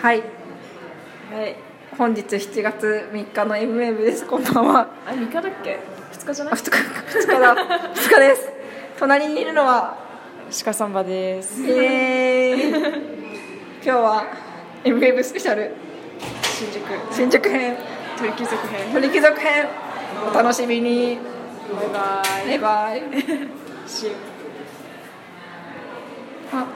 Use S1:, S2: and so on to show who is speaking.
S1: はい
S2: はい
S1: 本日7月3日の M 部ですこんばんは
S2: あれ3日だっけ2日じゃ
S1: あ
S2: ない
S1: 2日2日だ2日です隣にいるのは
S2: 鹿さんばです
S1: イエ ーイ今日は M 部スペシャル
S2: 新宿
S1: 新宿編
S2: 鳥貴族編
S1: 鳥貴族編お楽しみに
S2: バイバ
S1: バイバイ
S2: イ See you
S1: あ